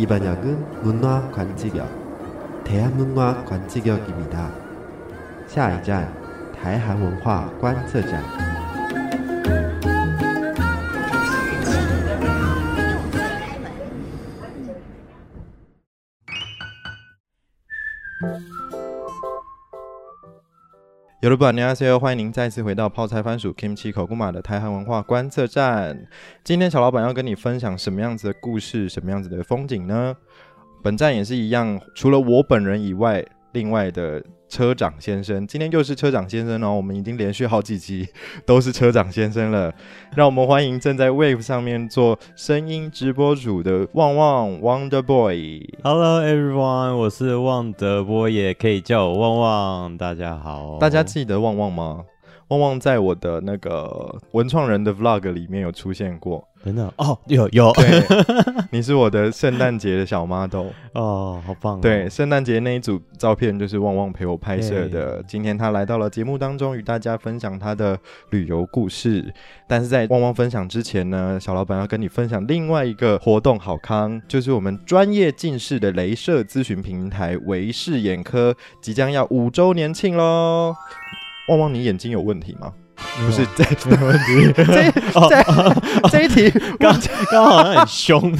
이 번역은 문화 관직역, 대한문화 관직역입니다.下一站,台韩文化观测站. 여러분 안녕하세요.欢迎您再次回到泡菜番薯 Kimchi 口古马的台韩文化观测站。今天小老板要跟你分享什么样子的故事，什么样子的风景呢？本站也是一样，除了我本人以外，另外的车长先生，今天又是车长先生哦。我们已经连续好几集都是车长先生了，让我们欢迎正在 Wave 上面做声音直播主的旺旺 Wonder Boy。 Hello everyone，我是旺德波，也可以叫我旺旺。大家好，大家记得旺旺吗？旺旺在我的那个文创人的 Vlog 里面有出现过。真的哦，有有对， 你是我的圣诞节的小 model。哦，好棒、哦。对，圣诞节那一组照片就是旺旺陪我拍摄的。今天他来到了节目当中，与大家分享他的旅游故事。但是在旺旺分享之前呢，小老板要跟你分享另外一个活动好康，就是我们专业近视的镭射咨询平台维视眼科即将要五周年庆喽！旺旺，你眼睛有问题吗？不是这没有问题， 哦这这这一题，刚刚好像很凶。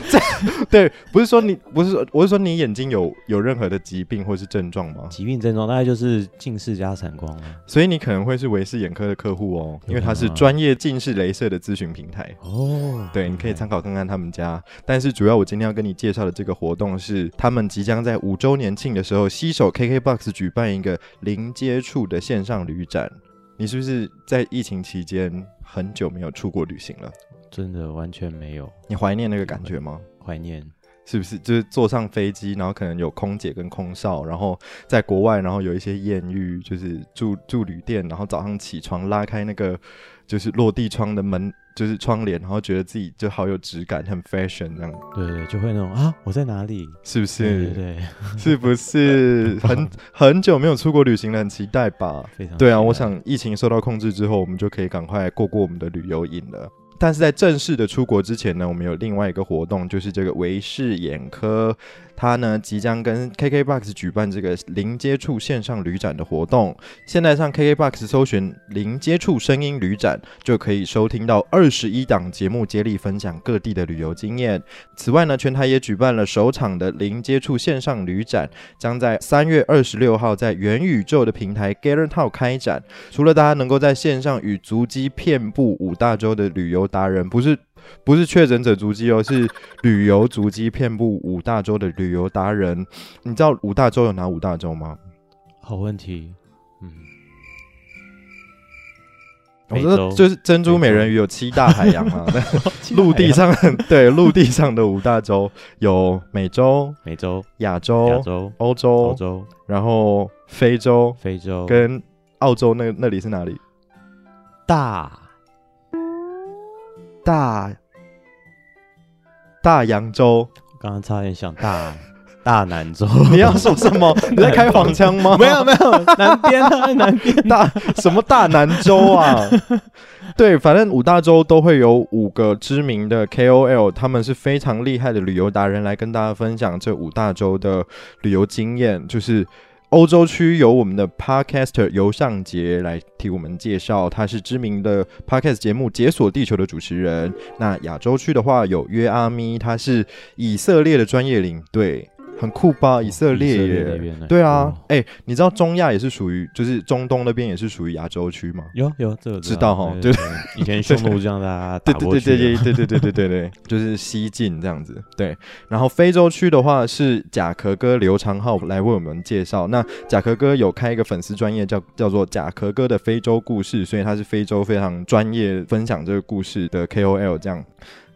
对，不是说你不是说，我是说你眼睛有有任何的疾病或是症状吗？疾病症状大概就是近视加散光啊。所以你可能会是维视眼科的客户哦，因为它是专业近视雷射的咨询平台。哦，对，你可以参考看看他们家。但是主要我今天要跟你介绍的这个活动是，他们即将在五周年庆的时候，携手 KKBOX 举办一个零接触的线上旅展。你是不是在疫情期间很久没有出国旅行了？真的完全没有你怀念那个感觉吗？怀念。是不是就是坐上飞机，然后可能有空姐跟空少，然后在国外，然后有一些艳遇，就是住住旅店，然后早上起床拉开那个就是落地窗的门，就是窗帘，然后觉得自己就好有质感，很 fashion 这样，对对，就会那种啊，我在哪里？是对不是？对对，是不是很 很久没有出国旅行了，很期待吧？非常对啊，期待我想疫情受到控制之后，我们就可以赶快过过我们的旅游瘾了。但是在正式的出国之前呢，我们有另外一个活动，就是这个维视眼科，它呢即将跟 KKBOX 举办这个零接触线上旅展的活动。现在上 KKBOX 搜寻“零接触声音旅展”，就可以收听到二十一档节目接力分享各地的旅游经验。此外呢，全台也举办了首场的零接触线上旅展，将在三月二十六号在元宇宙的平台 g a r e n t 开展。除了大家能够在线上与足迹遍布五大洲的旅游达人，不是不是确诊者足迹哦，是旅游足迹遍布五大洲的旅游达人。你知道五大洲有哪五大洲吗？好问题。嗯，我非说洲就是珍珠美人鱼有七大海 洋嘛， 陆地上对陆地上的五大洲有美洲、美洲、亚亚洲、洲、欧欧洲，洲、然后非洲非洲、哦跟澳洲那那里是哪里？大大大 洋洲。刚刚差点想大大南洲，你要说什么？你在开黄腔吗？没有没有，南边啊南边，大什么大南州 啊？对，反正五大洲都会有五个知名的 KOL，他们是非常厉害的旅游达人，来跟大家分享这五大洲的旅游经验。就是欧洲区有我们的 Podcaster 尤尚杰来替我们介绍，他是知名的 Podcast 节目《解锁地球》的主持人。那亚洲区的话有约阿咪，他是以色列的专业领队，很酷吧？ 哦以色列耶，那边呢对啊哦，哎、你知道中亚也是属于，就是中东那边也是属于亚洲区吗？有有，这个知道哈对对对以前匈奴这样大家打 对过对去的，对对对对对对对对，就是西进这 样子。对，然后非洲区的话是甲壳哥刘长浩来为我们介绍。那甲壳哥有开一个粉丝专业叫叫做甲壳哥的非洲故事，所以他是非洲非常专业分享这个故事的 KOL 这样。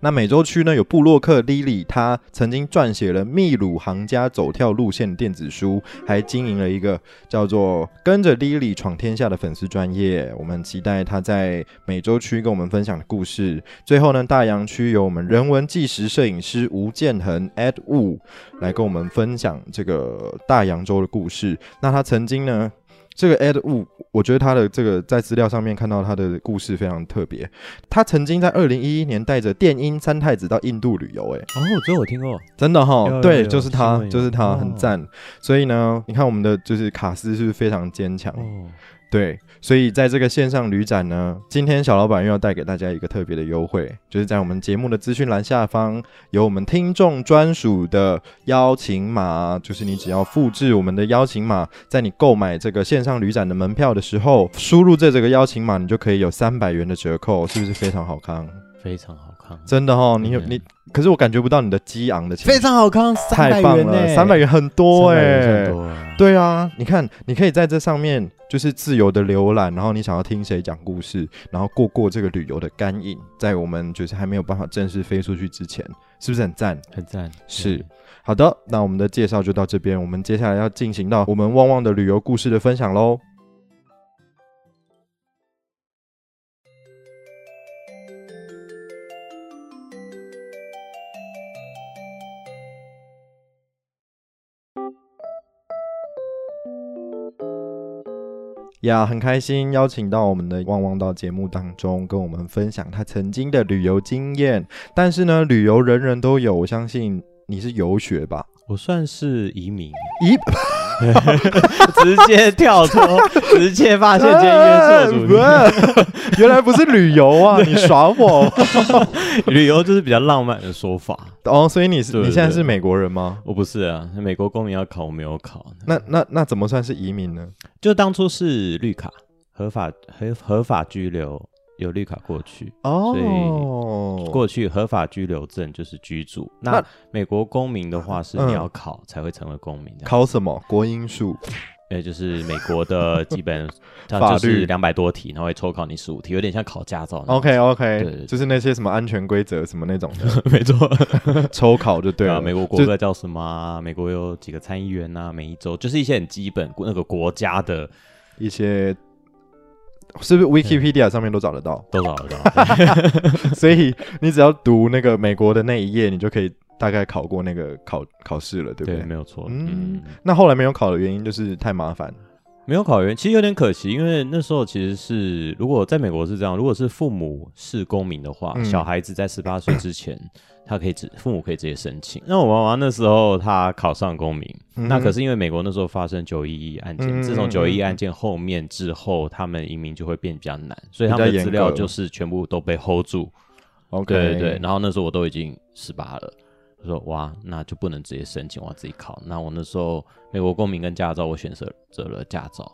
那美洲区呢有布洛克 Lily，她曾经撰写了《秘鲁行家走跳路线》电子书，还经营了一个叫做“跟着 Lily 闯天下”的粉丝专业。我们很期待她在美洲区跟我们分享的故事。最后呢，大洋区有我们人文纪实摄影师吴建衡 Ed Wu 来跟我们分享这个大洋洲的故事。那他曾经呢？这个 Ed Wu，我觉得他的这个在资料上面看到他的故事非常特别。他曾经在二零一一年带着电音三太子到印度旅游，哎，哦，这我听过，真的有哈，有对，有就是新他闻，有就是他，哦很赞。所以呢，你看我们的就是卡斯是不是非常坚强？哦，对，所以在这个线上旅展呢，今天小老板又要带给大家一个特别的优惠，就是在我们节目的资讯栏下方有我们听众专属的邀请码，就是你只要复制我们的邀请码，在你购买这个线上旅展的门票的时候，输入这这个邀请码，你就可以有三百元的折扣，是不是非常好康？非常好看，真的哦，你有嗯你，可是我感觉不到你的激昂的情绪，非常好看，三太百棒元了，呢，三百元很多哎、 300元算多了，对啊，你看，你可以在这上面就是自由的浏览，然后你想要听谁讲故事，然后过过这个旅游的干瘾，在我们就是还没有办法正式飞出去之前，是不是很赞？很赞，是好的，那我们的介绍就到这边，我们接下来要进行到我们旺旺的旅游故事的分享喽。呀很开心邀请到我们的旺旺到节目当中，跟我们分享他曾经的旅游经验。但是呢，旅游人人都有，我相信你是游学吧？我算是移 民，咦，直接跳脱，直接啊发现今 天约嗯错啊 不原来不是旅游啊！你耍我主题，旅游就是比较浪漫的说法。哦，所以你是对你现在对是美国人吗？我不是啊，美国公民要考，我没有考。那那那怎么算是移民呢？就当初是绿卡，合法合合法居留，有绿卡过去，哦，过去合法居留证就是居住。那那美国公民的话，是嗯你要考才会成为公民的，考什么？国英数呃，就是美国的基本法它 律哦就是两百多题，然后会抽考你十五题，有点像考驾照那样。 ？OK 对对 OK，对就是那些什么安全规则什么 那种的没错，抽考就对啊，了。美国就国歌叫什么啊？美国有几个参议员啊？每一周就是一些很基本那个国家的一些是不是 Wikipedia 上面都找得到？都找得到。对 所以你只要读那个美国的那一页，你就可以大概考过那个考考试了，对不对， 对？没有错。嗯嗯，那后来没有考的原因就是太麻烦。没有考员，其实有点可惜，因为那时候其实是，如果在美国是这样，如果是父母是公民的话，嗯小孩子在十八岁之前， 他可以直父母可以直接申请。那我妈妈那时候她考上公民，嗯那可是因为美国那时候发生九一一案件，嗯自嗯从九一一嗯案件后面之后，他们移民就会变比较难，所以比他较们的资严料格就是全部都被 hold 住。 OK，对对对，然后那时候我都已经十八了，我说哇，那就不能直接申请，我要自己考。那我那时候美国公民跟驾照，我选择择了驾照，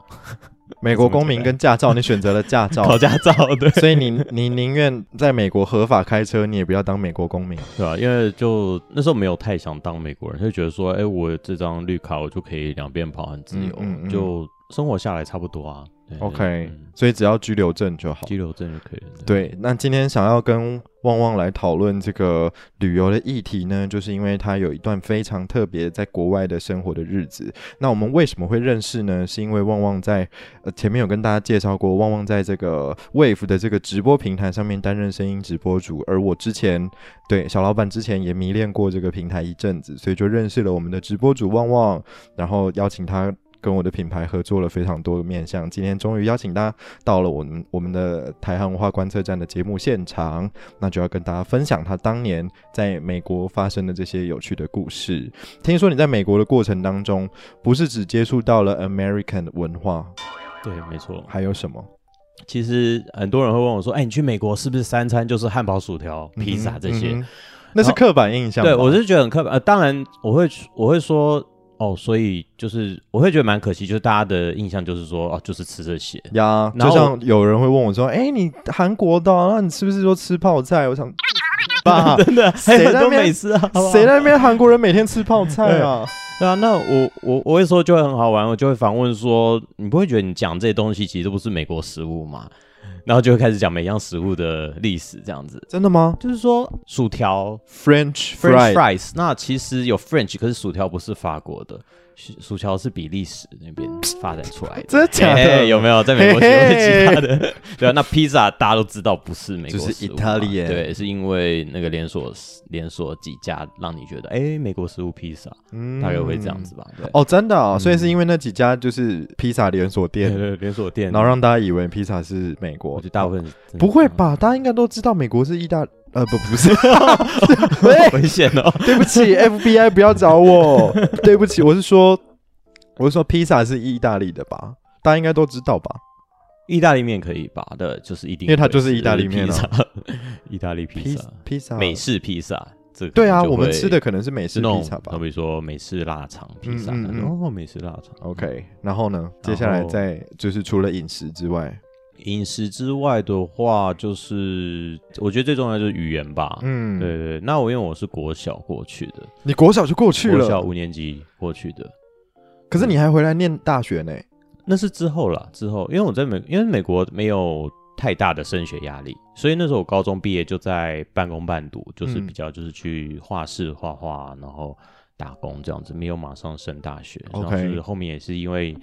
美国公民跟驾照，你选择了驾 考照，驾照对 所以你你宁愿在美国合法开车，你也不要当美国公民。对啊吧？因为就那时候没有太想当美国人，就觉得说，哎，我这张绿卡我就可以两边跑，很自由，嗯嗯嗯就生活下来差不多啊。对 OK，嗯所以只要居留证就好。居留证就可以了。对，那今天想要跟旺旺来讨论这个旅游的议题呢，就是因为他有一段非常特别在国外的生活的日子。那我们为什么会认识呢？是因为旺旺在呃前面有跟大家介绍过，旺旺在这个 Wave 的这个直播平台上面担任声音直播主，而我之前对小老板之前也迷恋过这个平台一阵子，所以就认识了我们的直播主旺旺，然后邀请他。跟我的品牌合作了非常多的面向，今天终于邀请他到了我们我们的台湾文化观测站的节目现场，那就要跟大家分享他当年在美国发生的这些有趣的故事。听说你在美国的过程当中，不是只接触到了 American 文化，对，没错。还有什么？其实很多人会问我说，哎，你去美国是不是三餐就是汉堡、薯条、披萨这些？嗯哼那是刻板印象吧。对，我是觉得很刻板。呃，当然我会我会说哦，所以就是我会觉得蛮可惜，就是大家的印象就是说哦，就是吃这些。 呀，然就后像有人会问我说：“哎、你韩国的啊、那你是不是都吃泡菜？”我想，爸，真的，谁还有很在那多边美食啊？好不好 谁在那边韩国人每天吃泡菜啊？ 对啊，那我我我有时候就会很好玩，我就会反问说，你不会觉得你讲这些东西其实都不是美国食物吗？ 然后就会开始讲每样食物的历史，这样子。真的吗就是说，薯条？French French fry， fries，那其实有 French，可是薯条不是法国的。苏苏乔是比利时那边发展出来的。 真的假嘿的？嘿有没有在美国学会其他的？ 对啊，那披萨大家都知道不是美国就是食物嘛 Italian 对，是因为那个连锁连锁几家让你觉得，哎、美国食物披萨嗯大概会这样子吧？对，哦，真的哦，所以是因为那几家就是披萨连锁嗯对店，对，连锁店，然后让大家以为披萨是美我国觉得，大部分是真的不会吧？大家应该都知道美国是意大，呃，不，不是， 好危险哦。对不起，FBI 不要找我， 对不起，我是说，我是说披萨是意大利的吧？大家应该都知道吧？意大利面可以吧？的，就是一定会，因为它就是意大利面啊披萨，意大利披披萨，披萨美式披萨，这个对啊，就会我们吃的可能是美是式那种披萨吧好比说美式腊肠披萨，嗯嗯嗯哦，美式腊肠。 ？OK，然后呢？接下来再就是除了饮食之外，饮食之外的话，就是我觉得最重要就是语言吧。嗯，对，对，对那我因为我是国小过去的，你国小就过去国小了，五年级过去的，可是你还回来念大学呢。那是之后啦，之后，因为我在美，因为美国没有太大的升学压力，所以那时候我高中毕业就在半工半读，就是嗯比较就是去画室画画，然后打工这样子，没有马上升大学。然后 OK 就是后面也是因为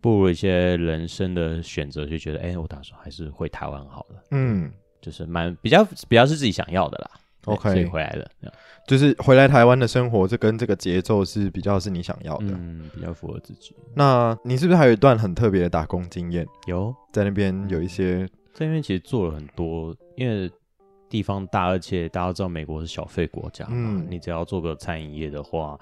步入一些人生的选择，就觉得哎、我打算还是回台湾好了，嗯就是蛮比较比较是自己想要的啦。对所以，OK，回来了，这样就是回来台湾的生活，这跟这个节奏是比较是你想要的。嗯，比较符合自己。那你是不是还有一段很特别的打工经验？有在那边有一些在那边其实做了很多，因为地方大，而且大家都知道美国是小费国家嘛，嗯你只要做个餐饮业的话，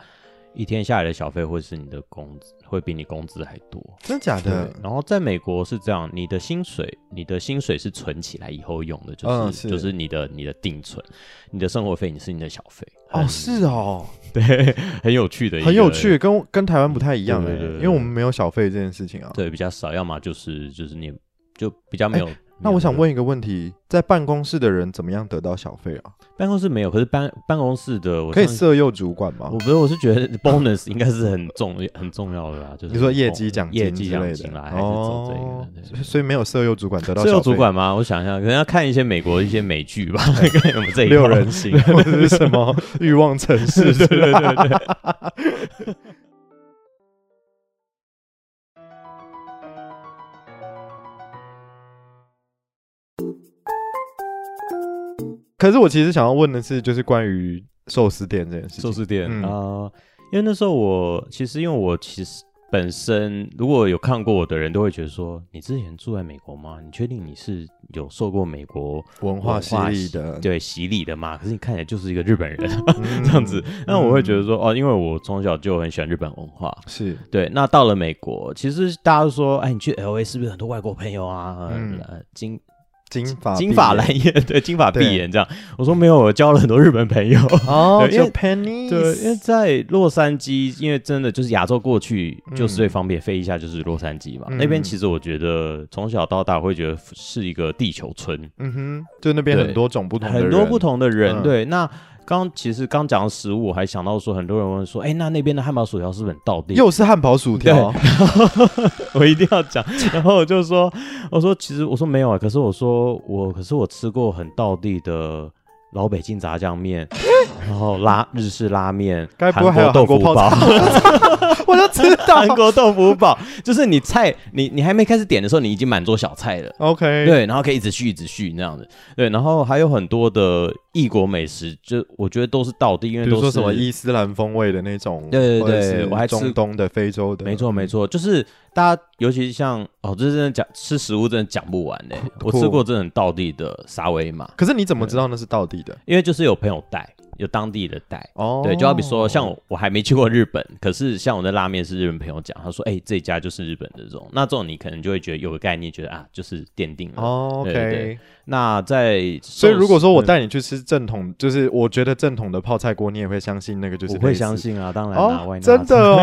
一天下来的小费会是你的工资，会比你工资还多。真的假的哦对，？然后在美国是这样，你的薪水，你的薪水是存起来以后用的，就是、嗯是就是你的你的定存，你的生活费你是你的小费。哦，很是，哦，对，很有趣的一个， 很有趣，跟跟台湾不太一样哎、对对对对因为我们没有小费这件事情啊。对，比较少，要么就是就是你就比较没有。哎那我想问。问一个问题，在办公室的人怎么样得到小费啊？办公室没有，可是办办公室的我可以上次色诱主管吗我？不是，我是觉得 bonus 应该是很重很重要的啦，就是你说那业种绩奖哦业金绩之类奖的金啦，还是走这哦个的对。所以没有色诱主管得到是小有费。主管吗？我想一下，可能要看一些美国一些美剧 吧，看我们这一六套人行或者是什么欲望城市之对对类的。对对对。 可是我其实想要问的是，就是关于寿司店这件事寿情。司店啊、嗯因为那时候我其实因为我其实本身如果有看过我的人都会觉得说，你之前住在美国吗？你确定你是有受过美国文化化系系列的，对洗礼的吗？可是你看起来就是一个日本人。嗯， 这样子。那我会觉得嗯说，哦，因为我从小就很喜欢日本文化，是对。那到了美国，其实大家都说，哎，你去 L A 是不是很多外国朋友啊？嗯呃、金金发金发蓝眼，对，金发碧眼这样。我说没有，我交了很多日本朋友。哦，对因为 Japanese，对，因为在洛杉矶，因为真的就是亚洲过去嗯就是最方便，飞一下就是洛杉矶嘛。嗯那边其实我觉得从小到大我会觉得是一个地球村，嗯哼，就那边很对多种不同的人，很多不同的人。嗯对，那刚其实刚讲到食物，我还想到说，很多人问说，哎、那那边的汉堡薯条是不是很道地？又是汉堡薯条， 我一定要 讲。然后我就说，我说其实我说没有啊，可是我说我可是我吃过很道地的。老北京炸酱 面，然后拉日式拉面，该不会还有韩国豆韩国腐泡煲， 我就知道韩。国豆腐煲就是你菜，你你还没开始点的时候，你已经满桌小菜了。 OK，，对，然后可以一直续一直续那样的，对，然后还有很多的异国美食，就我觉得都是道地，因为比都如是说什么伊斯兰风味的那种，对对或者对是我还吃中东的、非洲的，没错没错，就是大家尤其是像哦，这真的讲吃食物真的讲不完嘞、 我吃酷过这种道地的沙威玛，可是你怎么知道那是道地的？因为就是有朋友带，有当地的带。哦，对，就好比说，像我我还没去过日本，可是像我的拉面是日本朋友讲，他说，哎、这家就是日本的这种，那这种你可能就会觉得有个概念，觉得啊，就是奠定了。哦对对，OK。那在所以如果说我嗯带你去吃正统，就是我觉得正统的泡菜锅，你也会相信那个就是我会类似相信啊，当然啦、哦外，真 的对啊，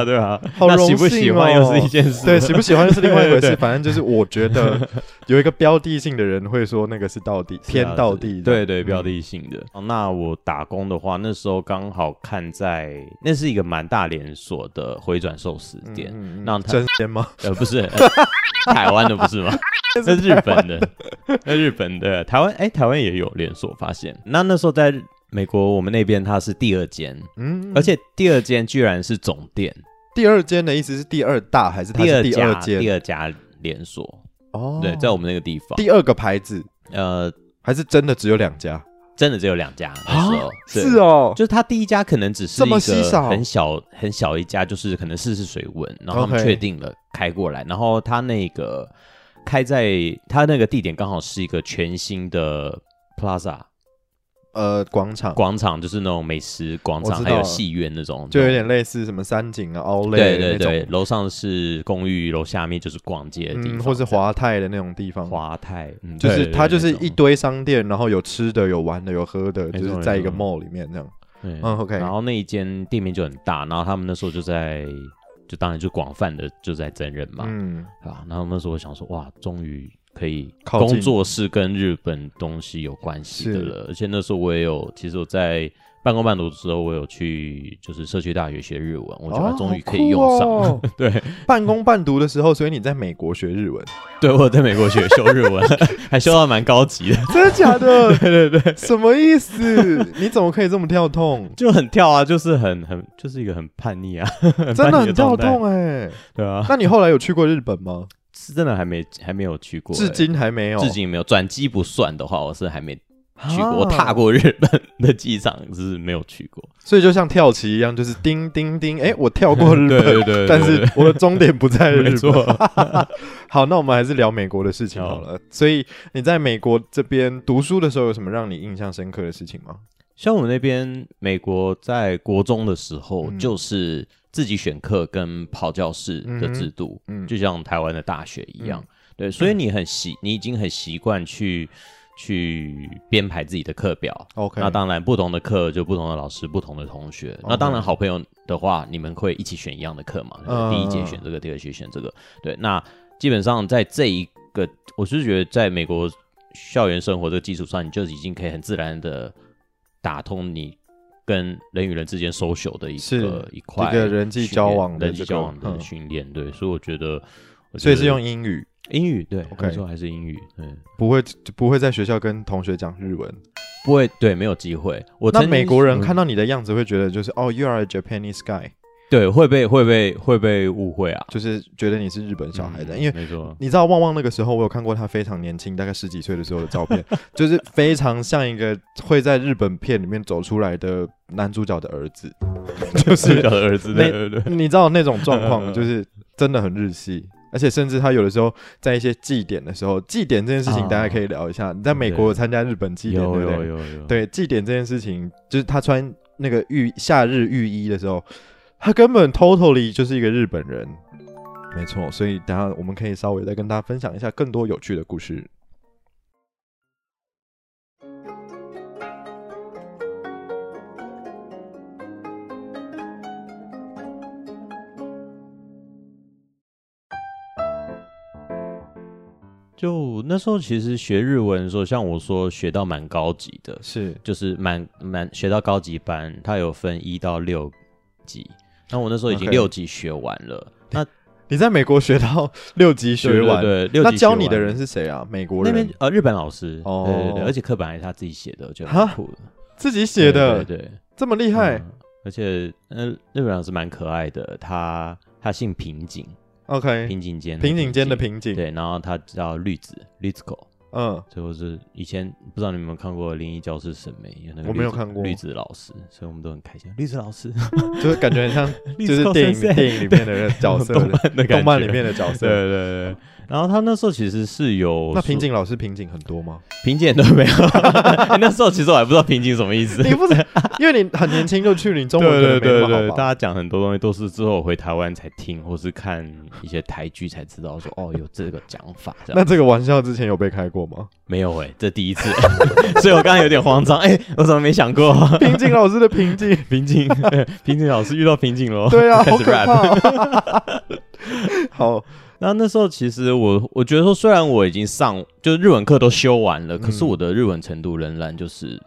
哦，对啊，好那荣喜不喜幸欢又是一哦件事。对，喜不喜欢又是另外一 回对事。反正就是我觉得有一个标的性的人会说那个是道地，是啊偏道是地的，对对，嗯标的性的。哦那我打工的话，那时候刚好看在那是一个蛮大连锁的回转寿司嗯店，嗯嗯让他真鲜吗？呃，不是、 呃台湾的不 是吗？那是日本的，那日本的台湾，哎、台湾也有连锁，发现。那那时候在美国，我们那边它是第二间，嗯而且第二间居然是总店，第二间的意思是第二大还是它第是二第家间？第二家连锁，哦，对，在我们那个地方，第二个牌子，呃，还是真的只有两家？真的只有两家那时候，对是哦，就是他第一家可能只是这一么稀个少很小很小一家，就是可能试试水温，然后他们 OK 确定了开过来，然后他那个开在他那个地点刚好是一个全新的 Plaza 哦呃，广场广场，就是那种美食广我场，知还有道戏院那种，就有点类似什么三井啊、奥对莱对那对，种，楼上是公寓，楼下面就是逛街的地嗯，方，或是华泰的那种地方，华泰，嗯就对是对它就是那种一堆商店，然后有吃的、有玩的、有喝的，没就错是在一个没错 mall 里面这样。嗯嗯，OK，然后那一间店面就很大，然后他们那时候就在，就当然就广泛的就在真人嘛，嗯，啊，然后那时候我想说，哇，终于可以靠近工作室跟日本东西有关系的是了，而且那时候我也有，其实我在半工半读的时候，我有去就是社区大学学日文，我觉得哦终于可以用上了。好酷哦对 半工半读的时候，所以你在美国学日文， 对，我有在美国学修日文， 还修到蛮高级的，真的 假的？对对对，什么意思？你怎么可以这么 跳痛？就很跳啊，就是很很就是一个很叛逆啊，很真的叛逆很的跳状态，痛哎、对啊，那你后来有去过日本 吗？是真的还没还没有去过欸、至今还没有，至今没有转机不算的话，我是还没去过，啊我踏，过日本的机场只是没有去过。所以就像跳棋一样，就是叮叮叮，哎、我跳 过日本，对对对对但是我的终点不 在没日错本。 好，那我们还是聊美国的事情好了。所以你在美国这边读书的时候，有什么让你印象深刻的事情吗？像我们那边美国在国中的时候，嗯就是自己选课跟跑教室的制度，嗯哼嗯嗯就像台湾的大学一样。对，所以你很习，你已经很习惯去去编排自己的课表。 OK，那当然，不同的课就不同的老师、不同的同学。哦那当然，好朋友的话，你们会一起选一样的课嘛？嗯第一节选这个，第二节选这个。对，那基本上在这一个，我是觉得在美国校园生活这个基础上，你就已经可以很自然的打通你跟人与人之间 social 的一个是一块一个人际训练交往的人际这个交往的嗯训练。对，所以我觉得，我觉所以是得用英语，英语，对 OK 没错，还是英语，嗯。不会不会在学校跟同学讲日文。不会，对，没有机会。我那曾经美国嗯人看到你的样子，会觉得就是哦，you are a Japanese guy，对，会被会被会被误会啊，就是觉得你是日本小孩的，嗯因为。没 错，你知道旺旺那个时候，我有看过他非常年轻，大概十几岁的时候的照片， 就是非常像一个会在日本片里面走出来的男主角的儿 子，就是小儿子，对那对对，你知道那种状嗯嗯 况，嗯就是真的很日系，而且甚至他有的时候在一些祭典的时候，祭典这件事情大家可以聊一下。你在美国有参加日本祭典，啊有对不有对？有有，对，祭典这件事情，就是他穿那个浴夏日浴衣的时候，他根本 totally 就是一个日本人。没错，所以等一下我们可以稍微再跟大家分享一下更多有趣的故事。就那时候其实学日文的时候，像我说学到蛮高级的，是就是蛮蛮学到高级班，它有分一到六级，那我那时候已经 OK 六级学完了，那你在美国学到 六级学完，对对，对六那级教学你的完人是谁啊？美国那边人呃日本老师，哦对对对，而且课本还是他自己写的，我觉得蛮哈酷的，自己对写的，对对。这么厉害。嗯而且，嗯、日本老师蛮可爱的，他他姓平井， OK，平井间，瓶颈间的，瓶颈，对，然后他叫绿子，绿子狗，嗯，所以我是以前不知道你们有没有看过《灵异教室》审美，有那个我没有绿子看过绿子老师，所以我们都很开心。绿子老师，就是感觉很像 绿就是子老电师影电影里面的人角 色，动漫的感觉动漫里，面的角对色。对对。然后他那时候其实是有那瓶平颈老师瓶颈很多吗？平井都没有， 那时候其实我还不知道平井什么意思。 你不是因为你很年轻就去，你中文可对能对没那对么对，好大家吧？讲很多东西都是之后我回台湾才听，或是看一些台剧才知道说哦有这个讲法这那样。这个玩笑之前有被开过吗？ 没有哎、这第一次， 所以我刚刚有点慌张哎、我怎么没想过？ 瓶颈老师的瓶颈，平静， 平静老师遇到瓶颈喽。 对啊，开好始可怕哦。 好，那那时候其实我我觉得说，虽然我已经上就日文课都修完了，可是嗯我的日文程度仍然就是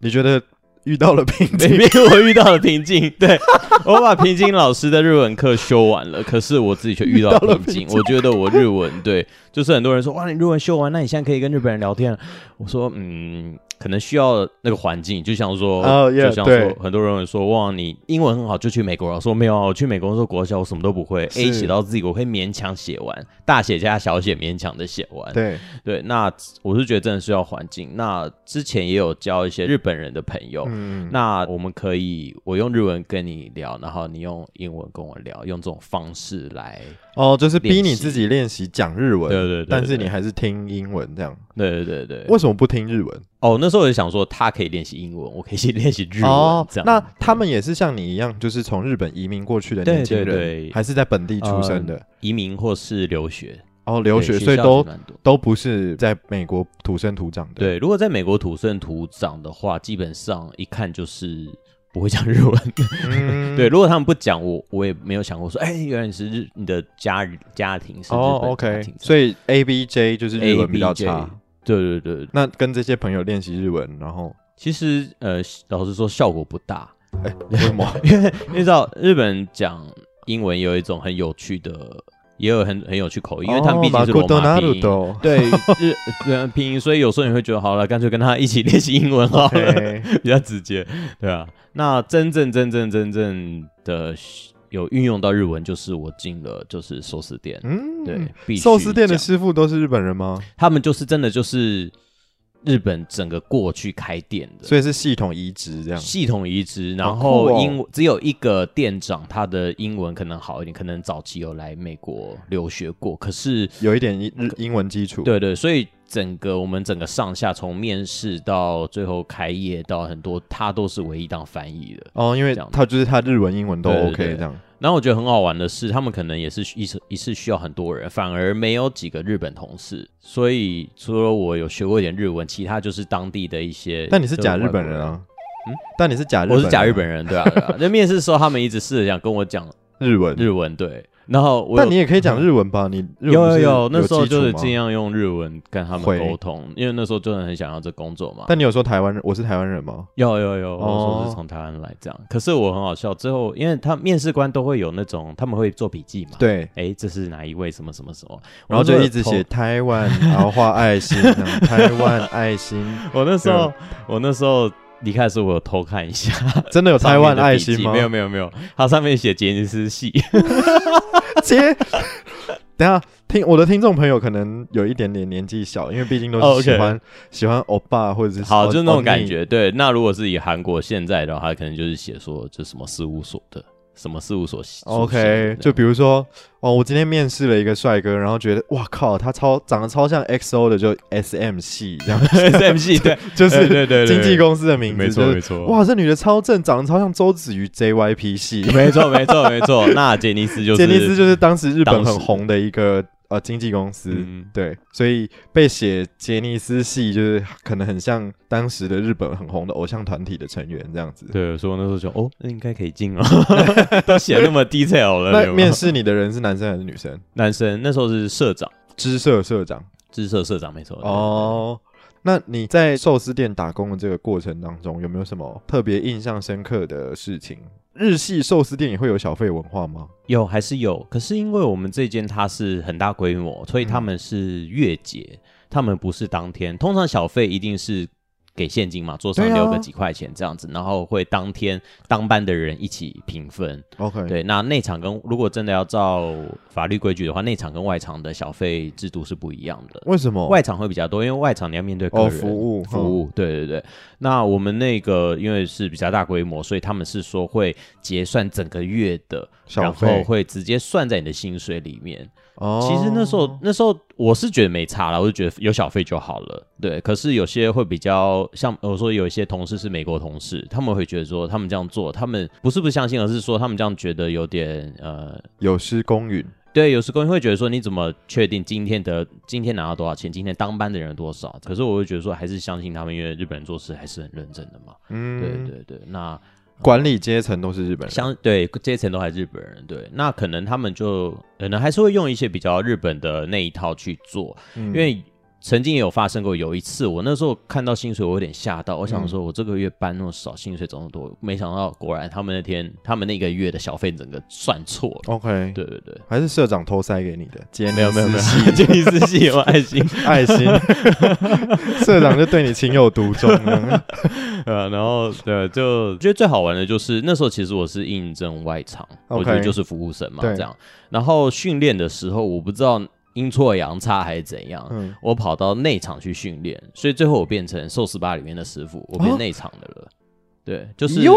你觉得遇到了 瓶没颈？没有我遇到了瓶颈。对我把平井老师的日文课修完了，可是我自己却遇到了瓶颈。我觉得我日啊文对，就是很多人说哇，你日文修完，那你现在可以跟日本人聊天了。我说嗯，可能需要那个环境，就像说哦，yeah，就像对说很多人会说，哇，你英文很好就去美国了。我说没有啊，我去美国的时候国小我什么都不会，A 是写到 Z 我会勉强写完，大写加小写勉强的写完。对，对，那我是觉得真的是要环境。那之前也有交一些日本人的朋友，嗯，那我们可以我用日文跟你聊，然后你用英文跟我聊，用这种方式来，哦，就是逼练你习自己练习讲日文，对对对对但是对你还是听英文这样，对对对对。为什么不听日文？哦，那时候我就想说，他可以练习英文，我可以去练习日文，哦这，样。那他们也是像你一样，就是从日本移民过去的对年轻人，对对还是在本地出生的，移民或是留学，哦，留学，对所以校都是蛮多。都不是在美国土生土长的。，对，如果在美国土生土长的话，基本上一看就是不会讲日文。 嗯对，如果他们不讲，我我也没有想过说，哎、原来你是日，你的家家庭是日哦本家，OK，庭，所以 A B J 就是日 A 文 B 比较 J 差。对对对，那跟这些朋友练习日文，然后其实呃，老实说效果不大，为 什么？因为你知道日本人讲英文有一种很有趣的，也有很很有趣口音，因为他们毕竟是罗马拼音。 哦对日呃拼音，所以有时候你会觉得好了，干脆跟他一起练习英文好了 OK， 比较直接，对啊。那真正真正真正的有运用到日文，就是我进了就是寿司店， 嗯，对，，必须寿司店的讲师傅都是日本人吗？他们就是真的就是日本整个过去开店的，所以是系统移植这样。系统移植，然好酷后哦英、只有一个店长，他的英文可能好一点，可能早期有来美国留学过，可是有一点英日英文基础，对对，所以整个我们整个上下从面试到最后开业到很多，他都是唯一当翻译的。哦，因为这样他就是他日文、英文都对对 OK 对这样，然后我觉得很好玩的是，他们可能也是一次一次需要很多人，反而没有几个日本同事。所以除了我有学过一点日文，其他就是当地的一些。但你是假日本人啊，嗯嗯，但你是假日本，我是假日本人，对啊。对啊那面试的时候，他们一直试着想跟我讲日文，日文，对。然后我但有你也可以讲日文吧？你日文有不有是有，那时候基础就是吗尽。量用日文跟他回们沟通，因为那时候真的很想要这工作嘛。但你有说台湾人，我是台湾人吗？有有有，我说哦是从台湾来这样，可是我很好笑。最后，因为他面试官都会有那种，他们会做笔记嘛。，对，哎，这是哪一位？什么什么什么？然我那后就时候一直头写。台湾，然啊后画爱心，这样台湾爱心，我那时候，我那时候离开的时候，我有偷看一 下 真的有台湾爱心上吗？面的笔记没有没有没有，它上面写杰尼斯系。接。等一下，听我的听众朋友可能有一点点年纪小，因为毕竟哦都是，OK 喜欢喜欢欧巴或者是好，欧就是那种欧感尼觉。对，那如果是以韩国现在的话，它可能就是写说就什么事务所的，什么事务所系。所写的这 OK，就样比如说，哦，我今天面试了一个帅哥，然后觉得哇靠，他超长得超像 XO 的，就 SM 系这样， SM 系，对，就对是对对，对经纪，公司的名字，没错就是没错。 哇，这女的超正，长得超像周子瑜 JYP 系，没错，没错，没错。那杰尼斯就是杰尼斯就是当时日本当时很红的一个呃经纪公司，嗯对，所以被写杰尼斯系就是 可能很像当时的日本很红的偶像团体的成员这样子。对，所以我那时候就哦，那应该可以进 哦，都写那么 detail 了。有没那有面试你的人是男生还是女 生？男生那时候是社长，知社社长。知社社长没错。哦，那你在寿司店打工的这个过程当中，有没有什么特别印象深刻的事情？日系寿司店也会有小费文化吗？对，有还是有，可是因为我们这间它是很大规模，所以他嗯们是月结，他们不是当天。通常小费一定是。给现金嘛，桌上对啊留个几块钱这样子，然后会当天当班的人一起平分。 OK，，对，那内场跟如果真的要照法律规矩的话，内场跟外场的小费制度是不一样的。为什么？外场会比较多，因为外场你要面对客人、哦服务嗯服务，对对对。那我们那个因为是比较大规模，所以他们是说会结算整个月的，小然后费会直接算在你的薪水里面。哦其实那时候那时候我是觉得没差啦，我就觉得有小费就好了。对，可是有些会比较像我说，有一些同事是美国同事，他们会觉得说他们这样做，他们不是不相信，而是说他们这样觉得有点呃。有失公允，对，有时工会觉得说，你怎么确定今天的今天拿到多少钱？今天当班的人多少？可是我会觉得说，还是相信他们，因为日本人做事还是很认真的嘛。嗯，对，对对，那管理阶层都是日本人，相对阶层都还是日本人，对，那可能他们就可能还是会用一些比较日本的那一套去做，因因为曾经也有发生过，有一次我那时候看到薪水，我有点吓到，我嗯想说我这个月班那么少，薪水怎么那么多？没想到果然他们那天他们那个月的小费整个算错了。 OK，对对对，还是社长偷塞给你的？杰尼没有没有没斯系有， 杰尼斯系有爱心，爱 心，社长就对你情有独钟啊了。呃，然后对，就觉得最好玩的就是那时候，其实我是应征外场 OK 我觉得就是服务生嘛，对这样。然后训练的时候，我不知道阴错阳差还是怎样，嗯，我跑到内场去训练，所以最后我变成寿司吧里面的师傅，我变啊内场的了。对，就是哦哟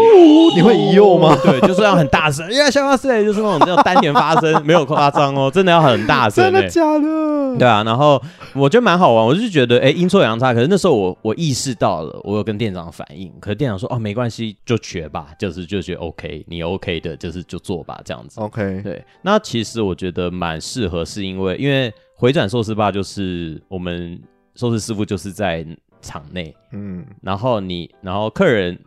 你会移右吗？对，就是要很大声，因为消化室就是那种要丹田发声，没有夸张哦，真的要很大声、欸， 真的假的？对啊，然后我觉得蛮好玩，我就觉得哎，诶阴错阳差。可是那时候我我意识到了，我有跟店长反映，可是店长说哦，没关系，就学吧，就是就觉得 OK，你 OK 的，就是就做吧，这样子。 OK，对，那其实我觉得蛮适合，是因为因为回转寿司吧，就是我们寿司师傅就是在场内，嗯，然后你然后客人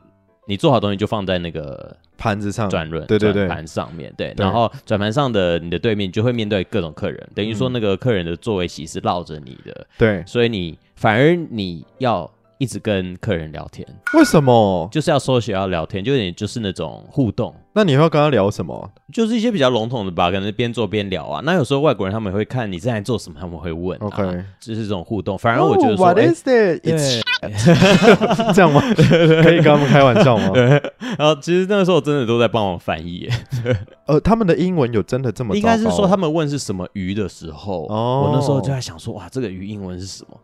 你做好东西就放在那个盘子上，转轮嗯对对对转盘上面对，对然后转盘上的你的对面就会面对各种客人，等于说那个嗯客人的座位席是绕着你的，对，所以你反而你要一直跟客人聊天，为什么？就是要收学要聊天，就有点就是那种互动。那你要跟他聊什么？就是一些比较笼统的吧，可能边做边聊啊。那有时候外国人他们也会看你正在做什么，他们会问、啊。 OK 就是这种互动。反而我觉得 Oh, 说， What 哎 is it？It's 对 这样吗？可以跟他们开玩笑吗？然后哦其实那个时候真的都在帮我翻译耶，呃，他们的英文有真的这么糟糕？应该是说他们问是什么鱼的时候，哦我那时候就在想说，哇，这个鱼英文是什么？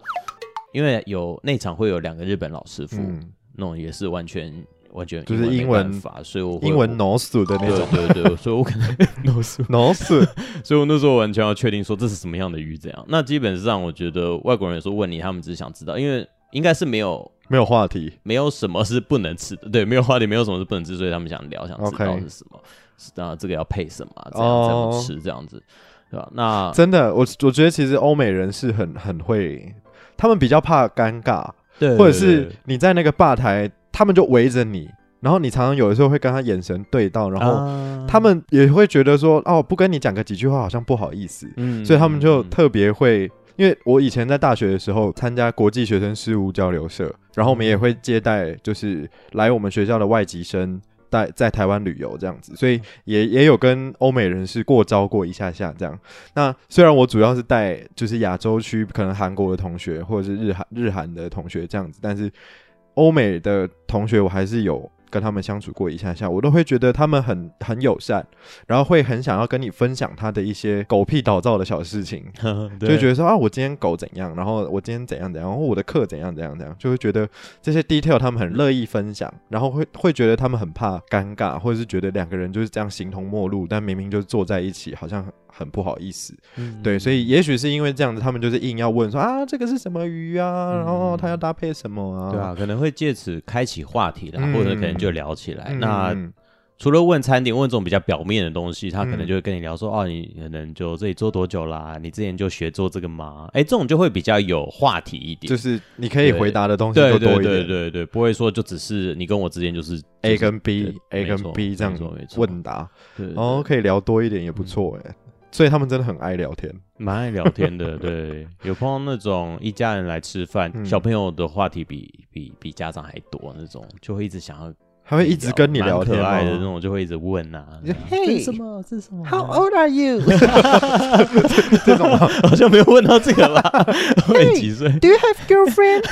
因为有那场会有两个日本老师傅，嗯，那种也是完全完全就是英英文法，所以我会英文脑鼠的那对 种对对，所以我可能 no 脑鼠，所以我那时候完全要确定说这是什么样的鱼怎样。那基本上我觉得外国人有时候问你，他们只是想知道，因为应该是没有没有 话题。没有什么是不能吃的，对，没有话题，没有什么是不能吃，所以他们想聊，想知 OK 道是什么，是啊，这个要配什么啊，这样哦这样吃这样子，对吧？那真的，我我觉得其实欧美人是很很会，他们比较怕尴尬，对，或者对是你在那个吧台，他们就围着你，然后你常常有的时候会跟他眼神对到，然后啊他们也会觉得说，哦，不跟你讲个几句话好像不好意思，嗯所以他们就嗯特别会。因为我以前在大学的时候参加国际学生事务交流社，然后我们也会接待就是来我们学校的外籍生在在台湾旅游这样子，所以也也有跟欧美人士过招过一下下这样。那虽然我主要是带就是亚洲区可能韩国的同学或者是日韩日韩的同学这样子，但是欧美的同学我还是有跟他们相处过一下下，我都会觉得他们很很友善，然后会很想要跟你分享他的一些狗屁倒灶的小事情， 就会觉得得说啊，我今天狗怎样，然后我今天怎样怎样，然后我的课怎样怎样怎样，就会觉得这些 detail 他们很乐意分享，然后会会觉得他们很怕尴尬，或者是觉得两个人就是这样形同陌路，但明明就坐在一起，好像很很不好意思。嗯对，所以也许是因为这样子，他们就是硬要问说啊，这个是什么鱼啊，然后它要搭配什么啊？对啊，可能会借此开启话题啦，嗯或者可能就聊起来。嗯，那嗯除了问餐点、问这种比较表面的东西，他可能嗯就会跟你聊说：“哦，你可能就这里做多久啦？你之前就学做这个吗？”哎，这种就会比较有话题一点。就是你可以回答的东西对就对多一对点对对，不会说就只是你跟我之间就是，A 就是跟 B，A 没跟错 B 这样没错没错问答，对嗯对哦，可以聊多一点也不错哎。所以他们真的很爱聊天，蛮爱聊天 的。对，有碰到那种一家人来吃饭，嗯小朋友的话题比比比家长还多那种，就会一直想要还会一直跟你聊天蛮可吗爱的那种就会一直问啊，你说这 Hey，是什么？这是什么 old are you? 这种吗 好像没有问到这个吧？ 问你几岁？ Do you have girlfriend?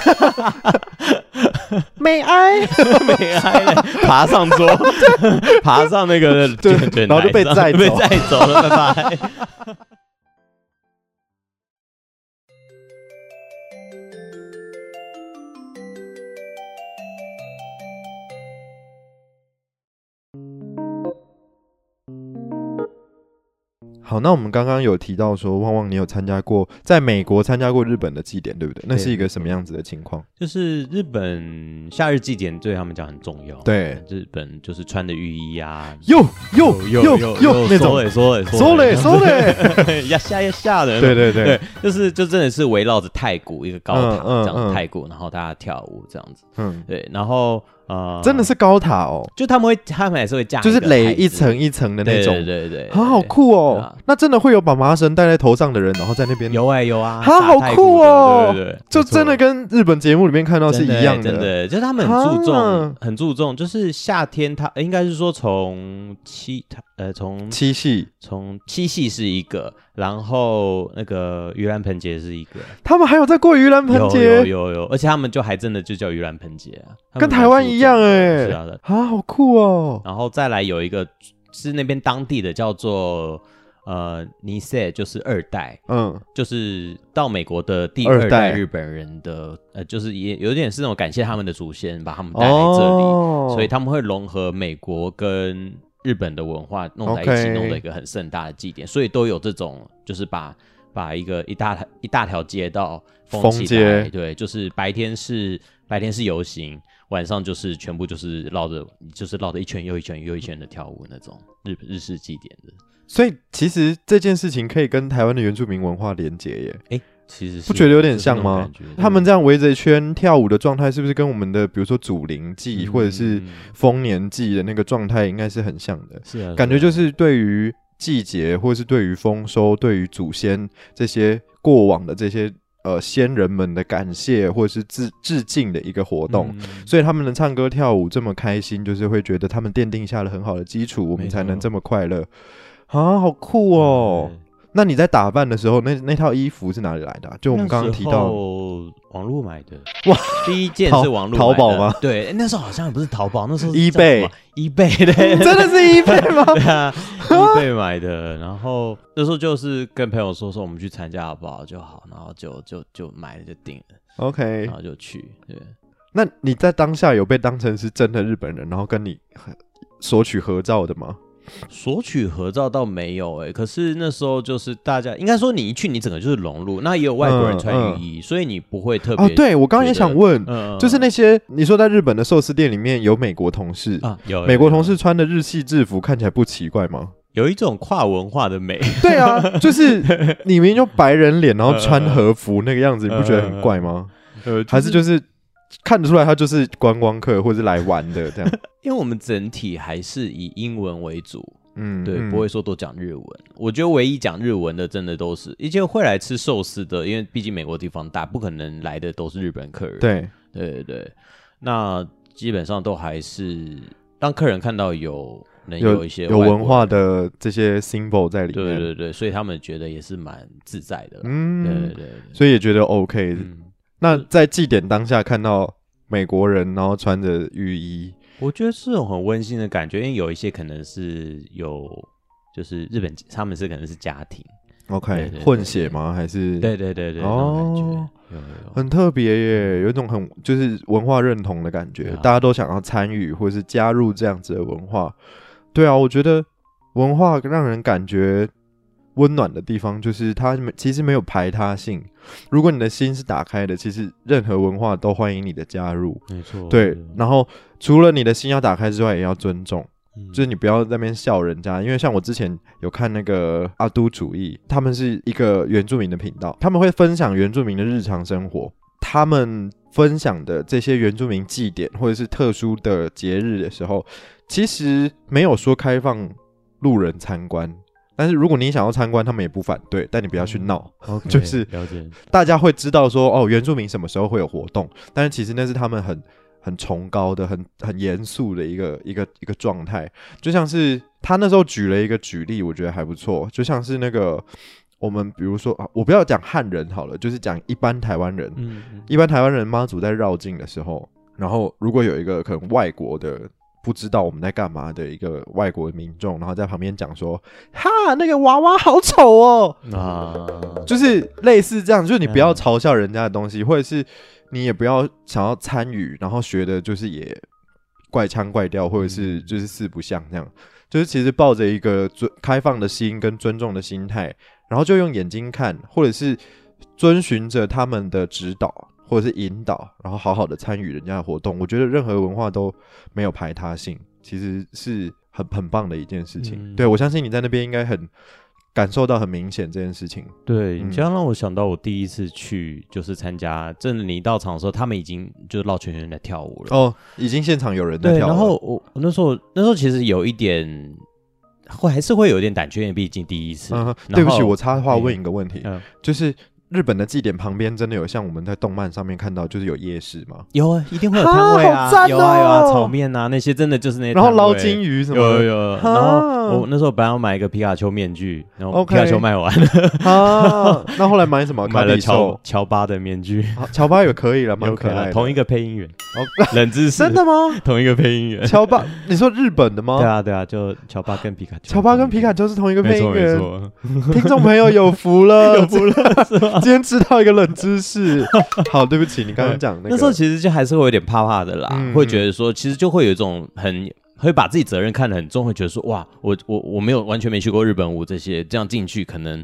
May I? 没爱嘞，爬上桌，爬上那个对卷卷然后就台被上载走被载走了，拜 拜。好，那我们刚刚有提到说，旺旺你有参加过在美国参加过日本的祭典，对不对？那是一个什么样子的情况？就是日本夏日祭典对他们讲很重要，对，日本就是穿的浴衣啊，又又又又那种说嘞说嘞说嘞说嘞，嘞，呀下呀下的，对对对 对，，就是就真的是围绕着太鼓一个高塔嗯嗯这样嗯太鼓，然后大家跳舞这样子。嗯对，然后啊，真的是高塔哦，就他们会，他们也是会架个牌就子，是垒一层一层的对那种，对对对，对啊，好酷对哦啊！那真的会有把麻绳戴在头上的人，然后在那边，有哎有啊，哈打好太酷鼓的哦对对对，就没错真的跟日本节目里面看到是真的欸一样真的。的，就是他们很注啊重，很注重，就是夏天他应该是说从七，他呃从七系从七夕是一个，然后那个盂兰盆节是一个，他们还有在过盂兰盆有有节，有有，而且他们就还真的就叫盂兰盆节啊，他跟们台湾一样蛮注重的是哎，啊的，啊，好酷哦！然后再来有一个是那边当地的叫做呃尼塞，就是二代，嗯，就是到美国的第二二代代日本人的，呃，就是也有点是那种感谢他们的祖先把他们带来这里，哦，所以他们会融合美国跟日本的文化弄在一起 OK 弄了一个很盛大的祭典，所以都有这种就是把把一个一大一大条街道封封起街来，对，就是白天是白天是游行，晚上就是全部就是绕着就是绕着一圈又一圈又一圈的跳舞那种日日式祭典的，所以其实这件事情可以跟台湾的原住民文化连结耶。其实是不觉得有点像吗？就是那种感觉他们这样围着一圈跳舞的状态，是不是跟我们的比如说祖灵祭嗯或者是嗯丰年祭的那个状态应该是很像的？是啊，感觉就是是对于季节，或是对于丰收、对于祖先这些过往的这些呃先人们的感谢，或是致致敬的一个活动。啊嗯所以他们能唱歌跳舞这么开心，就是会觉得他们奠定下了很好的基础，我们没才能错这么快乐啊！好酷哦！嗯那你在打扮的时候，那那套衣服是哪里来的啊、就我们刚刚提那时到的，候网络买的哇哇，第一件淘是网络淘买的宝吗？对，那时候好像不是淘宝，那时候 eBay 一贝对， 真的是衣服 吗？对 啊，一贝买的。然后那时候就是跟朋友说说我们去参加好不好就好，然后就就就买了就定了， OK，然后就去。对，那你在当下有被当成是真的日本人，然后跟你呃索取合照的吗？索取合照倒没有哎、可是那时候就是大家应该说你一去你整个就是融入，那也有外国人穿嗯雨衣，所以你不会特别哦，，对我刚刚也想问，嗯，嗯就是那些你说在日本的寿司店里面有美国同事，啊有美国同事。有事穿的日系制服看起来不奇怪吗？有一种跨文化的 美，对啊，就是你明明就白人脸，然后穿嗯嗯嗯和服那个样子，你不觉得很怪吗？呃，还是就是看得出来他就是观光客或者是来玩的这样？因为我们整体还是以英文为主，嗯，对，嗯不会说多讲日文。我觉得唯一讲日文的，真的都是，而且会来吃寿司的，因为毕竟美国地方大，不可能来的都是日本客人。对，对对对，那基本上都还是让客人看到有能有一些有外国文化的这些 symbol 在人，里对面，对对，所以他们觉得也是蛮自在的啦。对对嗯，对对，所以也觉得 OK。嗯，那在祭典当下看到美国人，然后穿着浴衣，我觉得是种很温馨的感觉，因为有一些可能是有，就是日本他们是可能是家庭，对 OK，对对混血吗？还是对对对对，那哦种呃感觉，有有有，很特别耶，有一种很就是文化认同的感觉，对啊大家都想要参与或是加入这样子的文化。对啊，我觉得文化让人感觉温暖的地方，就是它没其实没有排他性。如果你的心是打开的，其实任何文化都欢迎你的加入。没错，对，然后除了你的心要打开之外，也要尊重。嗯就是你不要在那边笑人家，因为像我之前有看那个阿都主义，他们是一个原住民的频道，他们会分享原住民的日常生活，他们分享的这些原住民祭典或者是特殊的节日的时候，其实没有说开放路人参观。但是如果你想要参观，他们也不反对，但你不要去闹。 OK，就是嗯了解，大家会知道说，哦，原住民什么时候会有活动，但是其实那是他们很很崇高的、很很严肃的一个一个一个状态。就像是他那时候举了一个举例，我觉得还不错，就像是那个我们比如说啊，我不要讲汉人好了，就是讲一般台湾人，嗯，嗯一般台湾人妈祖在绕境的时候，然后如果有一个可能外国的不知道我们在干嘛的一个外国民众，然后在旁边讲说，哈，那个娃娃好丑 哦。 啊，就是类似这样，就是你不要嗯嘲笑人家的东西，或者是你也不要想要参与，然后学的就是也怪腔怪调，或者是嗯就是四不像这样，就是其实抱着一个尊开放的心跟尊重的心态，然后就用眼睛看，或者是遵循着他们的指导或者是引导，然后好好的参与人家的活动。我觉得任何文化都没有排他性，其实是很很棒的一件事情。嗯对我相信你在那边应该很感受到很明显这件事情。对，嗯你这样让我想到我第一次去就是参加，真的你一到场的时候，他们已经就是绕圈圈在跳舞了。哦，已经现场有人在对，跳了，然后我我那时候那时候其实有一点会还是会有一点胆怯，因为毕竟第一次。嗯哼，然对不起，后我插话问一个问题，嗯就是日本的祭典旁边真的有像我们在动漫上面看到，就是有夜市吗？有啊，一定会有摊位啊啊，好赞有啊有啊，哦炒面啊那些真的就是那些然后摊捞位金鱼什有么有的有，哈然后我那时候本来要买一个皮卡丘面具，然后 OK 皮卡丘卖完， 啊？那后来买什么？ 买卡了比乔兽，乔巴的面具，好乔巴也可以了，蛮有可能爱啊的。同一个配音员，哦， 冷知识， 真的吗？同一个配音员，乔巴，你说日本的吗？ 对啊对啊，就乔巴跟皮卡丘，乔巴跟皮卡丘是同一个没配音错没员，错，听众朋友有福了，有福了， 是吧？今天知道一个冷知识。好，对不起，你刚刚讲那个， 那时候其实就还是会有点怕怕的啦，嗯会觉得说，其实就会有一种很会把自己责任看得很重，会觉得说，哇，我我我没有完全没去过日本舞这些，这样进去可能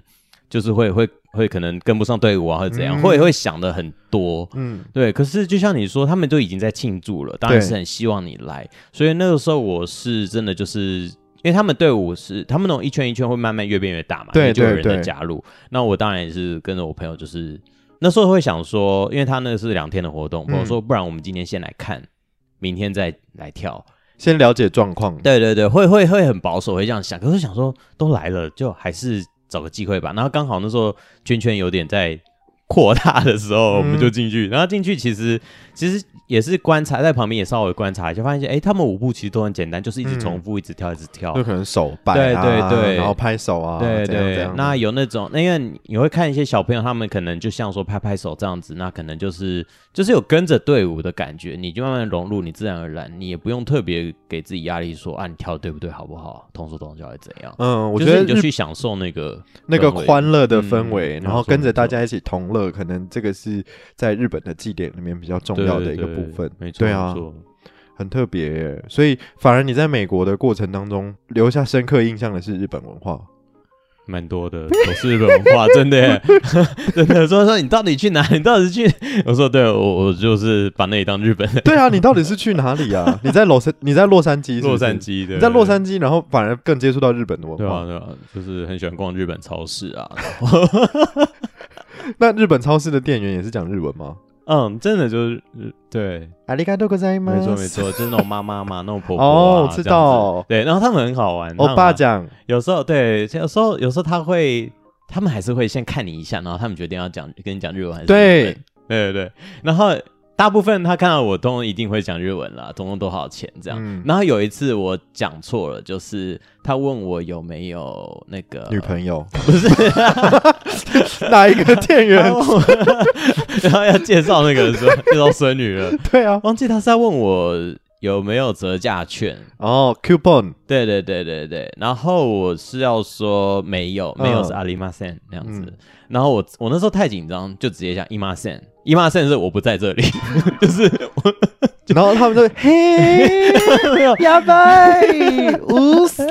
就是会会会可能跟不上队伍啊，或者怎样，嗯会会想的很多。嗯对，可是就像你说，他们都已经在庆祝了，当然对是很希望你来。所以那个时候我是真的就是。因为他们队伍是他们那种一圈一圈会慢慢越变越大嘛，对因为就有对人在对加入。那我当然也是跟着我朋友，就是那时候会想说，因为他那个是两天的活动，嗯我说不然我们今天先来看，明天再来跳。先了解状况。对对对，会会会很保守，会这样想。可是想说都来了，就还是找个机会吧。然后刚好那时候圈圈有点在扩大的时候，嗯我们就进去。然后进去其实其实也是观察，在旁边也稍微观察一下，发现哎，他们舞步其实都很简单，就是一直嗯重复，一直跳，一直跳就。可能手摆啊，对对对然后拍手啊，对这样这对样，那有那种，那因为你你会看一些小朋友，他们可能就像说拍拍手这样子，那可能就是就是有跟着队伍的感觉，你就慢慢融入，你自然而然，你也不用特别给自己压力说啊，你跳的对不对，好不好，同手同脚还是怎样。嗯，我觉就是得你就日去享受那个那个氛围欢乐的嗯氛围，没然后错跟着没大错家一起同乐，可能这个是在日本的祭典里面比较重对要对的一个对部分。没错，对啊没，错很特别耶。所以反而你在美国的过程当中留下深刻印象的是日本文 化。蛮多的，都是日本文化，真的耶， 真的。所以说你到底去哪？你到底去？我说对，我我就是把那里当日本对啊，你到底是去哪里 啊？你在洛杉，你在洛杉矶是不是，洛杉，矶的，你在洛杉矶，然后反而更接触到日本的文对啊化。对啊，就是很喜欢逛日本超市啊。那日本超市的店员也是讲日文吗？ 嗯，真的就是呃对，ありがとうございます。没错没。错，就是那种妈妈嘛，那种婆婆啊哦，我知。这样子道。哦对，然后他们很好玩，他欧们巴讲，有时候对，有时候有时候他会，他们还是会先看你一下，然后他们决定要讲跟你讲日文还是对英文对对对，然后大部分他看到我，通通一定会讲日文啦，总共多少钱这样。嗯然后有一次我讲错了，就是他问我有没有那个女朋友呃不是， 哪一个店他员？问我 然后要介绍那个的时 候，介绍孙女了，对啊，忘记他是在问我有没有折价券，哦，coupon，对对对对对，然后我是要说没有，没有嗯是阿里马森那样子。嗯然后我我那时候太紧张，就直接讲伊马森，伊马森是我不在这里， 就是我然后他们就嘿，やば い、无所。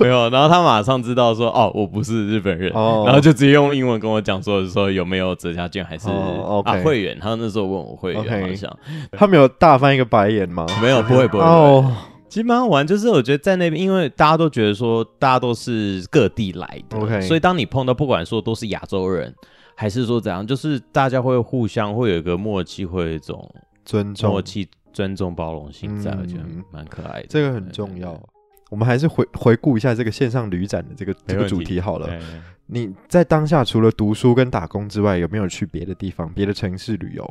没有。然后他马上知道说哦，我不是日本人，哦然后就直接用英文跟我讲说说有没有折价券还是、哦，OK 啊会员。他那时候问我会员 OK 好像 他们有大翻一个白眼吗？没有，不会不会。不会哦其实蛮好玩，就是我觉得在那边，因为大家都觉得说大家都是各地来的 OK 所以当你碰到不管说都是亚洲人，还是说怎样，就是大家会互相会有一个默契，会有一种尊默重，契、尊重、包容性在，嗯我觉得蛮可爱的。这个很重要。我们还是回回顾一下这个线上旅展的这个没这问题个主题好了。对你在当下除了读书跟打工之外，有没有去别的地方、别的城市旅游？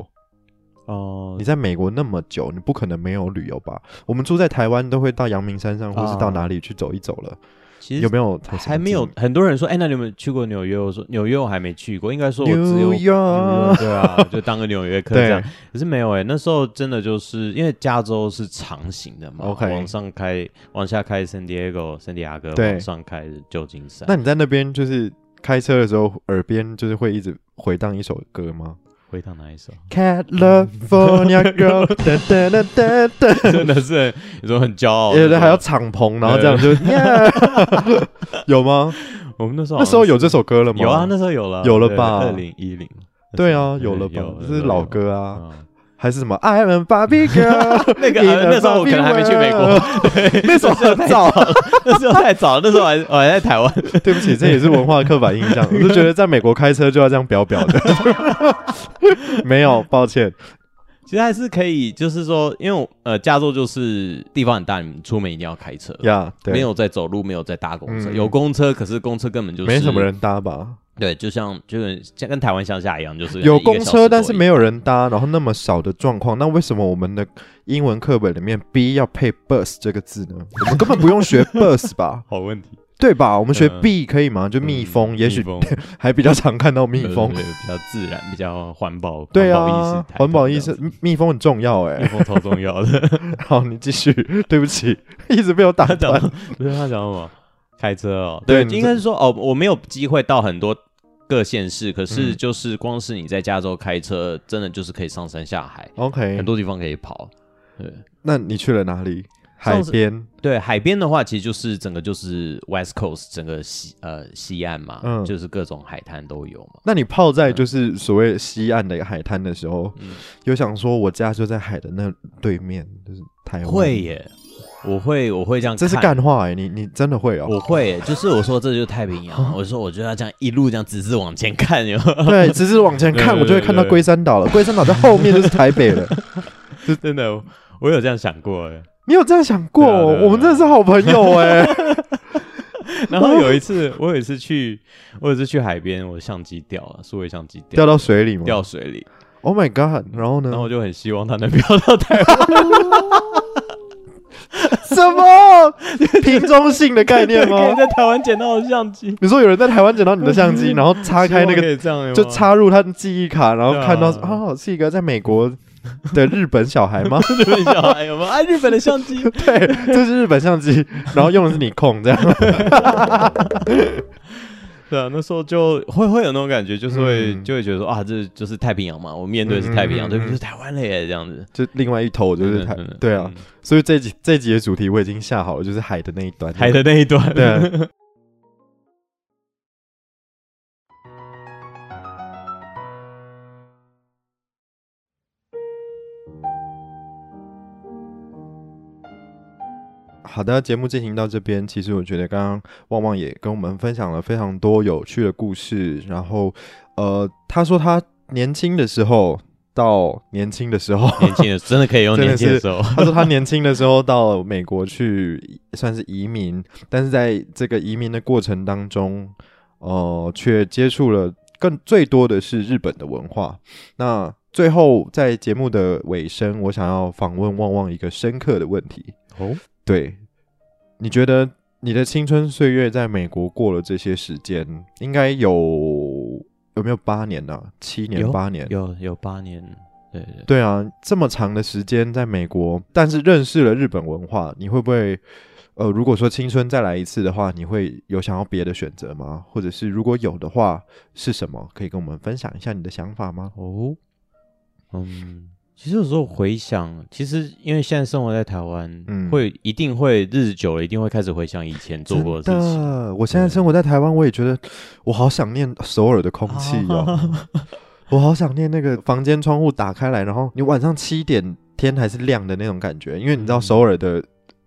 呃哦你，在美国那么久，你不可能没有旅游吧？我们住在台湾都会到阳明山上，或是到啊哪里去走一走了，其实有没有？还没有很多人说，哎，那你们去过纽约？我说纽约我还没去过，应该说我只有？New York，对啊，就当个纽约客这样对。，可是没有哎、那时候真的就是因为加州是长形的嘛 OK 往上开，往下开 San Diego、圣地亚哥，对往上开旧金山。那你在那边就是开车的时候，耳边就是会一直回荡一首歌吗回到哪一首？ ？California Girl，噔 噔噔噔噔，真的是有种很骄傲，哦有的还有 敞篷，然后这样就 yeah 有吗？我们那时候那时候有这首歌了吗？哦有啊啊，那时候有了，有了吧二零一零。对啊，有了吧？这是老歌啊。啊。还是什么 I'm a Barbie Girl？ 那个 In 呃 a 那时候我可能还没去美 Barbie 国 world，，那 时候很早，那时候太早了，那时候我还我还在台湾。 对不起，这也是文化刻板印象。我就觉得在美国开车就要这样表表的， 没有，抱歉。其实还是可以，就是说，因为我呃，加州就是地方很大，你出门一定要开车，呀、对，没有在走路，没有在搭公车，嗯有公车，可是公车根本就是没什么。人搭吧？对，就像就是像跟台湾乡下一样，就是有公车，但是没有。有人搭，然后那么少的状况，那为什么我们的英文课本里面 B 要配 bus 这个字 呢？我们根本不用学 bus 吧？好问题，对吧？我们学嗯 B 可以吗？就蜜蜂，也许蜜蜂 还比较常看到蜜蜂对。对对比较自然，比较环保，对环啊，环保保意意识识抬头这样子，，蜜蜂很重要蜜哎。蜂超重要 的。好，你继续，对不起，一直被我打他讲 断。不是他讲什么开车哦，啊对对，你应该是说哦，我没有机会到很多各县市，可是嗯就是光是你在加州开车，真的就是可以上山下海， OK，很多地方可以跑。对那你去了哪里？海上次边，对，海边的话，其实就是整个就是 West Coast 整个西呃西岸嘛，嗯就是各种海滩都有嘛。那你泡在就是所谓西岸的海滩的时候，嗯有想说我家就在海的那对面，就是台湾。会，耶，我会我哎会这样，这是干。话哎、你你真的会哦、我会耶，就是我说这就是太平洋，我说我就要这样一路这样直直往前看哟。 对，只是往前看，对对我就会看到对对龟山岛了。龟山岛在后面就是台北 了。 真的，我我有这样想过耶。你有这样想过？对啊对啊对啊我们真的是好朋友 哎、然后有一次，我有一次去，我有一次去海边，我的相机掉了，数位相机掉掉了到水里吗掉水里，嗯？Oh my god！然后呢然？后我就很希望它能飘到台湾。什 么瓶中性的概念可以吗？在台湾捡到的相机，你说有人在台湾捡到你的相 机，然后插开希望那个可以这样有没有就 插入他的记忆卡，然后对啊看到哦，是一个在美国的日本小孩吗？ 日本小孩有没有？啊，日本的相机，对，这是日本相机，然后用的是你控这样。 对啊，那时候就会会有那种感觉，就是会、嗯就会觉得说啊，这就是太平洋嘛，我面对的是太平洋，嗯嗯嗯对不对？就是台湾了耶，这样子。就另外一头就是嗯海嗯嗯，对啊，嗯所以这集这集的主题我已经下好了，就是海的那一端。海的那一段，对啊， 好的，节目进行到这边，其实我觉得刚刚旺旺也跟我们分享了非常多有趣的故事。然后，呃，他说他年轻的时候到年轻的时候， 年轻的真的可以用真的年轻是的时候，他说他年轻的时候到美国去算是移民，但是在这个移民的过程当中，呃，却接触了更最多的是日本的文化。那最后在节目的尾声，我想要访问旺旺一个深刻的问题，哦，对，你觉得你的青春岁月在美国过了这些时间，应该有有没有八年呢、七年、有八年？ 有有八年，对对对啊，这么长的时间在美国，但是认识了日本文化，你会不会？呃，如果说青春再来一次的话，你会有想要别的选择吗？或者是如果有的话，是什么？可以跟我们分享一下你的想法吗？哦，嗯，其实有时候回想，其实因为现在生活在台湾，嗯会一定会日子久了，一定会开始回想以前做过的真事情。的，我现在生活在台湾，我也觉得我好想念首尔的空气啊 哦，我好想念那个房间窗户打开来，然后你晚上七点天还是亮的那种感觉，因为你知道嗯首尔的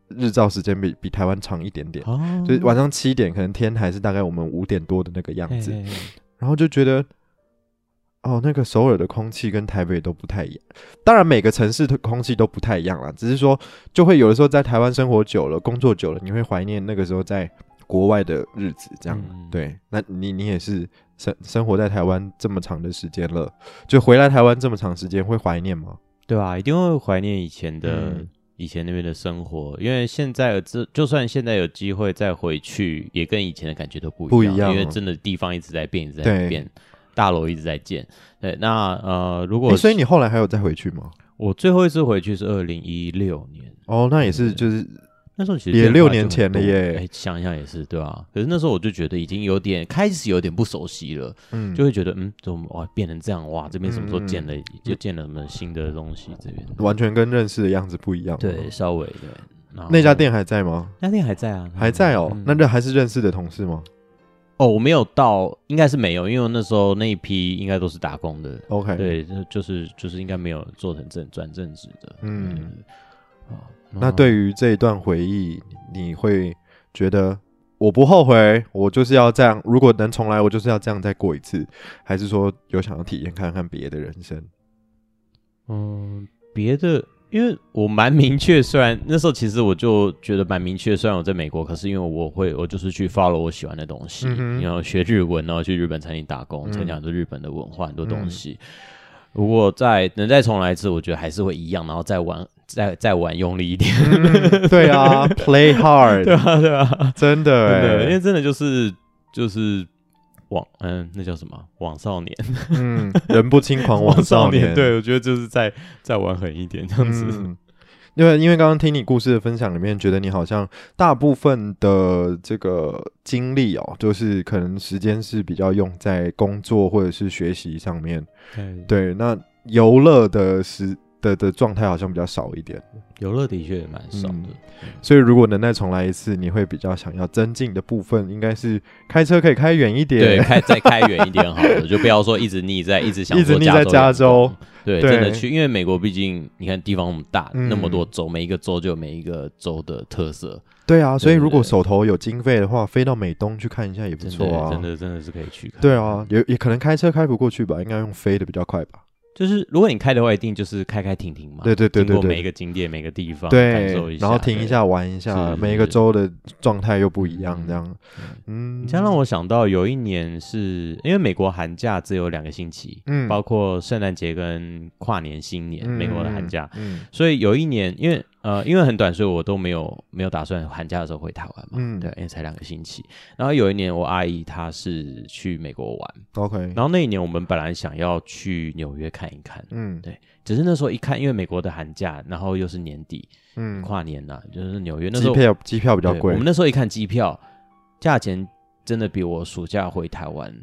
日照时间比比台湾长一点点，啊所以晚上七点可能天还是大概我们五点多的那个样子，嘿嘿嘿然后就觉得。哦，那个首尔的空气跟台北都不太一样，当然每个城市的空气都不太一样啦，只是说就会有的时候在台湾生活久了、工作久了，你会怀念那个时候在国外的日子，这样、嗯对。那你你也是生生活在台湾这么长的时间了，就回来台湾这么长时间，会怀念吗？对啊，一定会怀念以前的、嗯以前那边的生活，因为现在这就算现在有机会再回去，也跟以前的感觉都不不一样，一样因为真的地方一直在变，一直对在变，大楼一直在建。对，那呃，如果、诶所以你后来还有再回去吗？我最后一次回去是二零一六年，哦，那也是，对就是那时候其实也变化六就年很前了多耶哎，想一想也是对啊。可是那时候我就觉得已经有点开始有点不熟悉了，嗯，就会觉得嗯，怎么哇变成这样哇？这边什么时候嗯嗯建了、嗯又建了什么新的东西？这边完全跟认识的样子不一样。对，，稍微对。然后那家店还在吗？那家店还在啊，还在哦，嗯那这还是认识的同事吗？哦，我没有到，应该是没有，因为我那时候那一批应该都是打工的， OK，，对，就就是就是应该没有做成正转正职的，嗯对，对对好那然后对于这一段回忆，你会觉得我不后悔，我就是要这样。如果能重来，我就是要这样再过一次，还是说有想要体验看看别的人生？嗯，别的，因为我蛮明确，虽然那时候其实我就觉得蛮明确，虽然我在美国，可是因为我会，我就是去 follow 我喜欢的东西，嗯哼然后学日文，然后去日本餐厅打工，嗯参加很多日本的文化，很多东西。如果再能再重来一次，我觉得还是会一样，然后再玩，再再玩用力一点， 嗯 对啊，Play 对 hard，啊，对啊，真真的的，因欸，为真的就是就是网，嗯，那叫什么？网少年，嗯，人不轻 狂枉少年，对我觉得就是再再玩狠一点这样子。嗯因为因为刚刚听你故事的分享里面，觉得你好像大部分的这个经历哦，就是可能时间是比较用在工作或者是学习上面。对对，那游乐的时的的状态好像比较少一点，游乐的确也蛮少的，嗯所以如果能再重来一次，你会比较想要增进的部分，应该是开车可以开远一对，点。啊开再开远一点好了，就不要说一直腻在一直想一直说腻在加州有空，对，对真的去，因为美国毕竟你看地方那么大，嗯那么多州，每一个州就有每一个州的特色，对啊，所以对对如果对手头有经费的话，飞到美东去看一下也不真错的啊真。的真的是可以去看。嗯对啊，，也也可能开车开不过去吧，应该用飞的比较快吧。就是如果你开的话，一定就是开开停停嘛，对对对经过对对每一个景点每个地方感对受一，下，然后停一对。下玩一下，是每一个是州的状态又不一样，这样。你嗯，这样让我想到有一年是因为美国寒假只有两个星期，嗯包括圣诞节跟跨年新年，美国的寒假，，嗯所以有一年，因为呃，因为很短，所以我都没有没有打算寒假的时候回台湾嘛。嗯对，因为才两个星期。然后有一年，我阿姨她是去美国玩， ，OK，然后那一年我们本来想要去纽约看一看，嗯只是那时候一看，因为美国的寒假，然后又是年底嗯，跨年呐、就是纽约那时机候票机票比比较我贵们，那时候一看机票价钱，真的比我暑假回台湾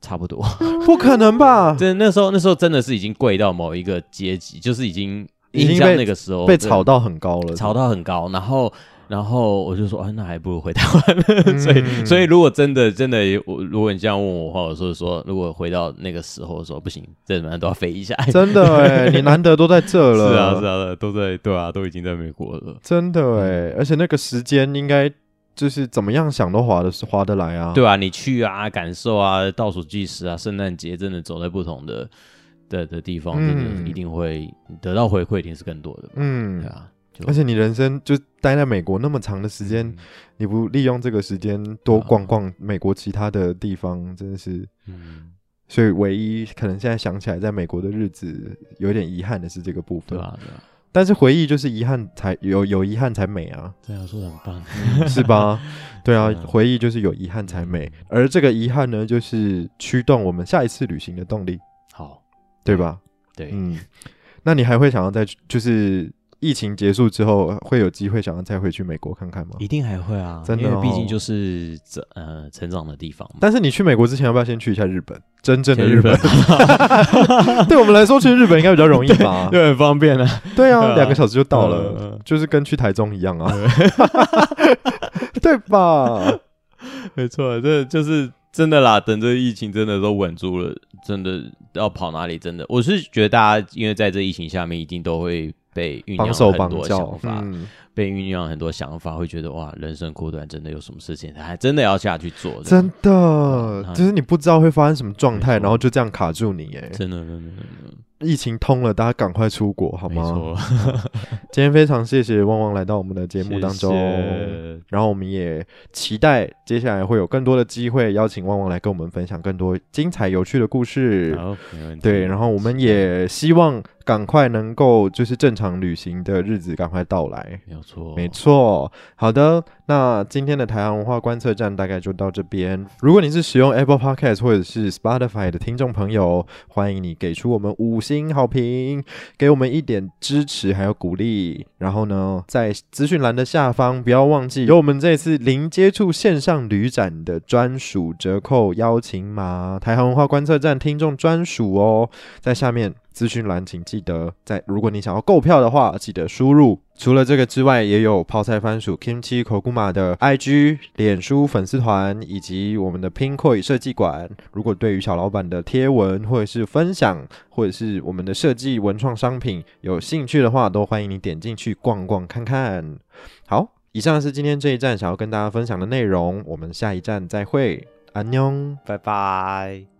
差不多。 不可能吧？真的那时候那时候真的是已经贵到某一个阶级，就是已经已经印象被那个时候被真的炒到很高了，炒到很高，然后然后我就说，啊，那还不如回台湾。 嗯所以所以如果真的真的，我如果你这样问我的话，我说说，如果回到那个时候说不行，这怎么样都要飞一下。真的哎、你难得都在 这是了，啊是啊，都在对啊，都已经在美国了。真的哎、嗯而且那个时间应该就是怎么样想都划得划得来啊，对啊，你去啊，感受啊，倒数计时啊，圣诞节真的走在不同的的的地方，真嗯的一定会得到回馈，一定是更多的。对嗯。啊，就而且你人生就待在美国那么长的时间，你不利用这个时间多逛逛美国其他的地方，真的是。嗯，所以唯一可能现在想起来，在美国的日子有点遗憾的是这个部对分。啊对啊，但是回忆就是遗憾才有有遗憾才美啊。对啊，说的很棒。是吧？对啊，嗯回忆就是有遗憾才美，而这个遗憾呢，就是驱动我们下一次旅行的动力， 好，对吧？对，嗯，那你还会想要再去，就是疫情结束之后，会有机会想要再回去美国看看吗？一定还会啊，真的因为毕哦竟就是这呃成长的地方嘛。但是你去美国之前，要不要先去一下日本？真正的去日日本， 对我们来说，去日本应该比较容易吧？ 对，很方便啊， 对对啊，啊两个小时就到了，嗯就是跟去台中一样啊， 对吧？没错，这就是真的啦。等这疫情真的都稳住了，真的要跑哪里？真的，我是觉得大家因为在这疫情下面，一定都会被酝绑酿手很绑多脚想，法，嗯，被酝酿很多想法，会觉得哇，人生苦短，真的有什么事情还真的要下去做，真的嗯，嗯就是你不知道会发生什么状态，没错然后就这样卡住你，哎，真的真的真的真的疫情通了，大家赶快出国好没 错，吗？今天非常谢谢旺旺来到我们的节目当中，谢谢然后我们也期待接下来会有更多的机会邀请旺旺来跟我们分享更多精彩有趣的故事。好，没问题。对，然后我们也希望赶快能够就是正常旅行的日子赶快到来。没有错，没错，好的，那今天的台湾文化观测站大概就到这边。如果你是使用 Apple Podcast 或者是 Spotify 的听众朋友，欢迎你给出我们五星好评，给我们一点支持还有鼓励。然后呢，在资讯栏的下方，不要忘记有我们这次零接触线上旅展的专属折扣邀请码——台湾文化观测站听众专属哦，在下面。资讯栏请记得在，如果你想要购票的话，记得输入。除了这个之外，也有泡菜番薯 Kimchi Koguma 的 IG、脸书粉丝团，以及我们的 Pinkoi 设计馆。如果对于小老板的贴文或者是分享，或者是我们的设计文创商品有兴趣的话，都欢迎你点进去逛逛看看。好，以上是今天这一站想要跟大家分享的内容，我们下一站再会，安妞。拜拜。